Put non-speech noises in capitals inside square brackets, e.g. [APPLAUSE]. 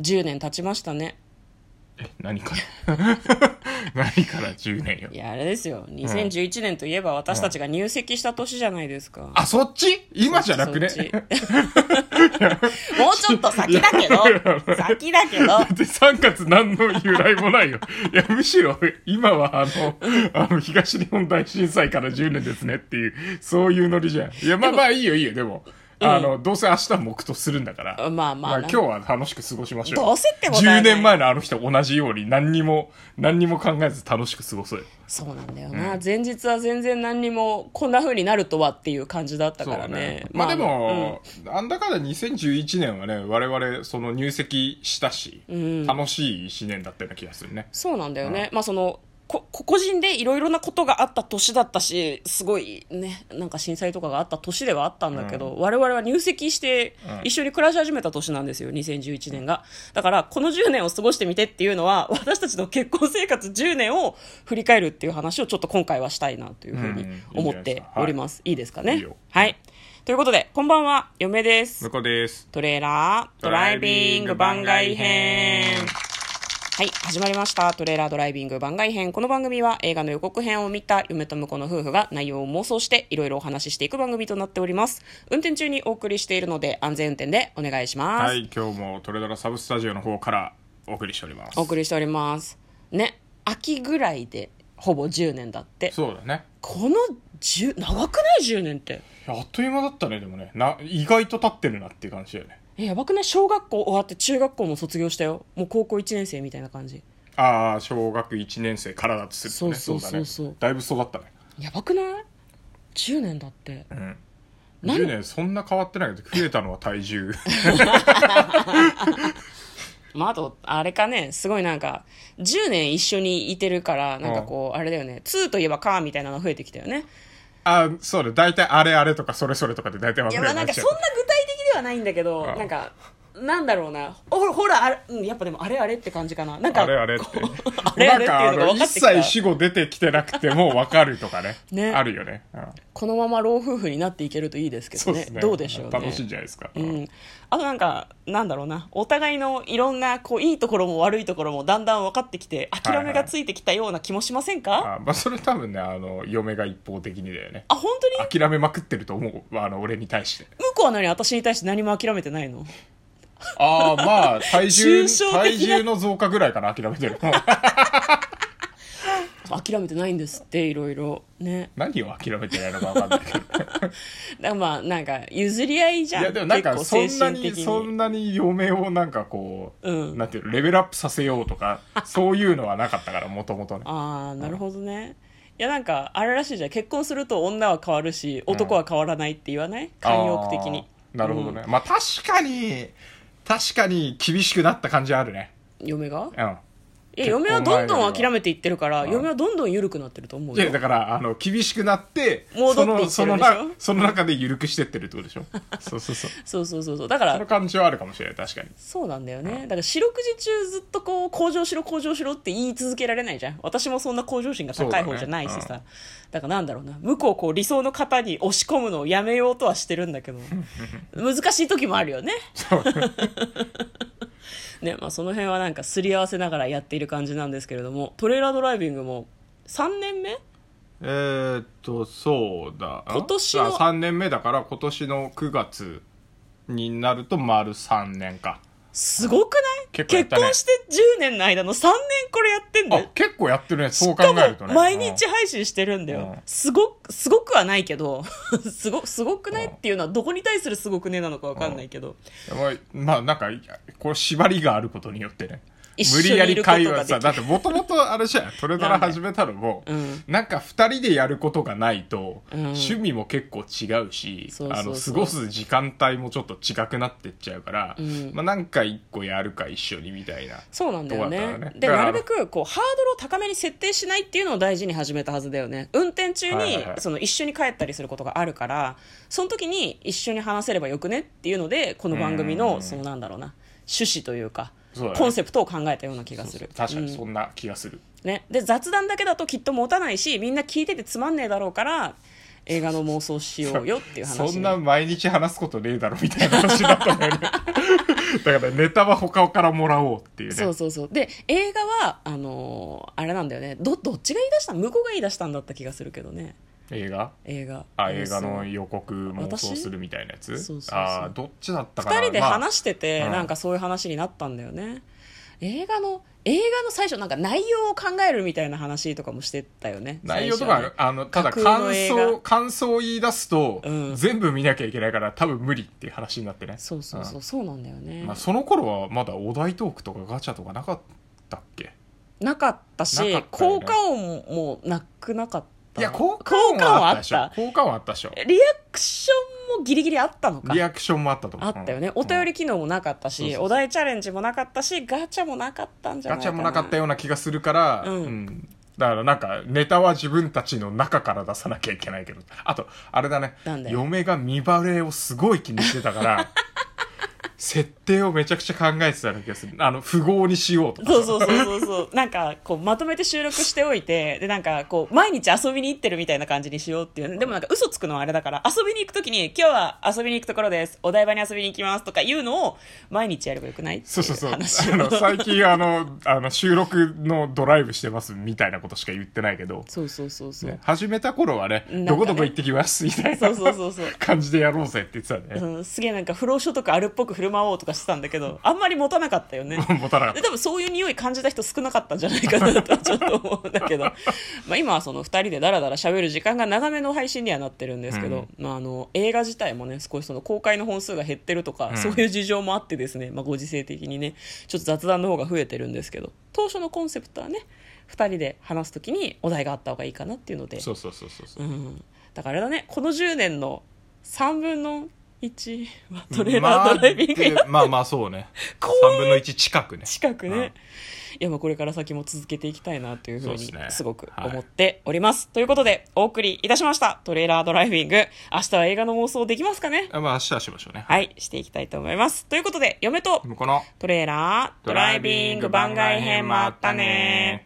10年経ちましたねえ何から [LAUGHS] 何から10年よいやあれですよ2011年といえば私たちが入籍した年じゃないですか、あそっち今じゃなくねそっち [LAUGHS] もうちょっと先だけど [LAUGHS] 先だけどだって3月何の由来もないよ。いや、むしろ今はあの、あの、東日本大震災から10年ですねっていう、そういうノリじゃん。いや、まあまあいいよいいよ、でも。あの、どうせ明日黙とするんだから。うんまあまあ今日は楽しく過ごしましょう。どうせってことはない10年前のあの人同じように何にも、何にも考えず楽しく過ごそうよ。そうなんだよな、前日は全然何にもこんな風になるとはっていう感じだったからねまあで、も、なんだかんだ2011年はね、我々その入籍したし、楽しい1年だったような気がするね。そうなんだよね、まあそのこ個々人でいろいろなことがあった年だったしすごいねなんか震災とかがあった年ではあったんだけど、我々は入籍して一緒に暮らし始めた年なんですよ2011年がだからこの10年を過ごしてみてっていうのは私たちの結婚生活10年を振り返るっていう話をちょっと今回はしたいなというふうにうん思っております、いいですかねいいよはいということでこんばんは嫁です向こうです。トレーラードライビング番外編。はい、始まりました。トレーラードライビング番外編。この番組は映画の予告編を見た嫁と婿の夫婦が内容を妄想していろいろお話ししていく番組となっております。運転中にお送りしているので安全運転でお願いします。はい、今日もトレドラサブスタジオの方からお送りしておりますお。送りしております。ね、秋ぐらいでほぼ10年だって。そうだね。この10、長くない ?10 年って。いやあっという間だったね、でもね。な、意外と経ってるなっていう感じだよね。え、やばくない小学校終わって中学校も卒業したよ。もう高校1年生みたいな感じ。ああ、小学1年生からだとするとね。そうそうそうそうだね。だいぶ育ったね。やばくない10年だってうん。何10年そんな変わってないけど、増えたのは体重。 [LAUGHS] まあ、あとあれかねすごいなんか10年一緒にいてるからなんかこうあれだよね2といえばカーみたいなのが増えてきたよねあーそうだ。大体あれあれとかそれそれとかで大体分いかやるまよあなうになんっかちそゃんうな。具体的ではないんだけどうんなんかなんだろうなおほらあれうんやっぱでもあれあれって感じかななんかあれあれってこうあれあれっていうのがなんかあの分か一ってきた切死後出てきてなくても分かるとかねねあるよね、うんこのまま老夫婦になっていけるといいですけどそうでねすねどうでしょうね楽しいんじゃないですか、ううんん、あとなんかなんだろうなお互いのいろんなこういいところも悪いところもだんだん分かってきて諦めがついてきたような気もしませんか、あまあそれ多分ねあの嫁が一方的にだよねあ本当に諦めまくってると思うあの俺に対して向こうは何私に対して何も諦めてないのああまあ体重抽象的な体重の増加ぐらいかな諦めて [LAUGHS] る諦めてないんですっていろいろね何を諦めてないのか分かんないけどだからまあなんか譲り合いじゃいんやでもなんか結そ構んな精神に的そんなに嫁をなんかこう、うんなんていうのレベルアップさせようとかそういうのはなかったからもともとねああなるほどねいやなんかあれらしいじゃん結婚すると女は変わるし男は変わらないって言わない慣用句的にあーなるほどね、まあ確かに確かに厳しくなった感じあるね嫁がうんいや結婚嫁はどん前よどんりは諦めていってるからん嫁はどんどん緩くなってると思ういやよだからあの厳しくなって戻っていってるでしょそのそのなその中で緩くしてってるってことでしょ [LAUGHS] そうそうそうそうそうそうそうだかそのら感じはあるかもしれない確かにそうなんだよねだから四六時中ずっとこう向上しろ向上しろって言い続けられないじゃん私もそんな向上心が高い方じゃないしさそうだ,、だからなんだろうな向こうをこう理想の型に押し込むのをやめようとはしてるんだ [LAUGHS] けど難しい時もあるよねそうね、まあ、その辺はなんかすり合わせながらやっている感じなんですけれどもトレーラードライビングも3年目えーっとそうだ今年の3年目だから今年の9月になると丸3年かすごくない結構やったね婚して10年の間の3年これやってんだあよ結構やってるねそうし考かえるともね毎日配信してるんだよ、うんすごくすごくはないけど [LAUGHS] すごすごくないっていうのはどこに対するすごくねなのかわかんないけど、うんやばいまあなんかいやこれ縛りがあることによってね一無緒理やにいりること会が話でさきだってもともとあれじゃんトレドラ始めたのも、うんなんか2人でやることがないと、うん趣味も結構違うしそうそうあそうの過ごす時間帯もちょっと違くなってっちゃうから、んまあ、なんか1個やるか一緒にみたいなそうなんだよどうだねったらねでだかならるべくこうハードルを高めに設定しないっていうのを大事に始めたはずだよね運転中はいにはいはいその一緒に帰ったりすることがあるからその時に一緒に話せればよくねっていうのでこの番組うのんそのなんだろうな趣旨というかそうだねコンセプトを考えたような気がする確かうにんそんな気がする、ね、で雑談だけだときっと持たないしみんな聞いててつまんねえだろうから映画の妄 [LAUGHS] 想しようよっていう話 [LAUGHS] そんな毎日話すことねえだろみたいな話だったんだよねだからネタは他からもらおうっていうね。そうそうそうで映画はあのーあれなんだよねどどっちが言い出した向こうが言い出したんだった気がするけどね映画映画あ、映画そうの予告妄想私するみたいなやつそうそうそうあーどっちだったかな二人でまあ話してて、うんなんかそういう話になったんだよね映画の映画の最初なんか内容を考えるみたいな話とかもしてたよね内容と最初はかね、あの、ただ架感空の映画想、感想を言い出すと、うん全部見なきゃいけないから多分無理っていう話になってね。そうそうそう、うそうなんだよね、まあ、その頃はまだお題トークとかガチャとかなかったっけなかったしなかった効よね果音もなくなかったいや、効果効音果は音ああったっでしょた。効果音はあったでしょ。リアクションもギリギリあったのかリアクションもあったと思あう。ったようねんお便り機能もなかったし、うんそうそうそうお題チャレンジもなかったしガチャもなかったんじゃないガかなチャもなかったような気がするから、うんだからなんか、ネタは自分たちの中から出さなきゃいけないけど。あと、あれだねなん。だよ嫁が見バレをすごい気にしてた [LAUGHS] から、設定をめちゃくちゃ考えてたような気がする。あの、符号にしようとか。そうそうそうそうそう [LAUGHS] なんかこうまとめて収録しておいてでなんかこう毎日遊びに行ってるみたいな感じにしようっていうねでもなんか嘘つくのはあれだから遊びに行く時に今日は遊びに行くところですお台場に遊びに行きますとかいうのを毎日やればよくないってそういそうそうう。あ話をの、最近あの、あの、収録のドライブしてますみたいなことしか言ってないけど、そうそうそうそう、ね始めた頃はなんね、かねどこどこ行ってきますみた [LAUGHS] いそなうそうそうそう [LAUGHS] 感じでやろうぜって言ってたね。うん、すげえなんか不労所得あるっぽく振る舞おうとかしてたんだけ [LAUGHS] どあんまり持たなかったよね持たなかっで多分そういう匂い感じた人少なかったんじゃないかなとはちょっと思うんだけどまあ今はその2人でダラダラ喋る時間が長めの配信にはなってるんですけど、まあ、あの映画自体もね少しその公開の本数が減ってるとか、うんそういう事情もあってですね、まあ、ご時世的にねちょっと雑談の方が増えてるんですけど当初のコンセプトはね2人で話す時にお題があった方がいいかなっていうのでた。そうそうそうそうそうう。ん、だからあれだねこの10年の3分の1はトレーまラあードライビングやでまあまあそうね。 [LAUGHS] 怖3分の1近くね。近くね、うんいやまあこれから先も続けていきたいなというふうそうにですねすごくはい思っております、ということでお送りいたしましたトレーラードライビング明日は映画の妄想できますかねあまあ明日はしましょうね。はいしていきたいと思いますということで嫁と向こうのトレーラードライビング番外編もあったね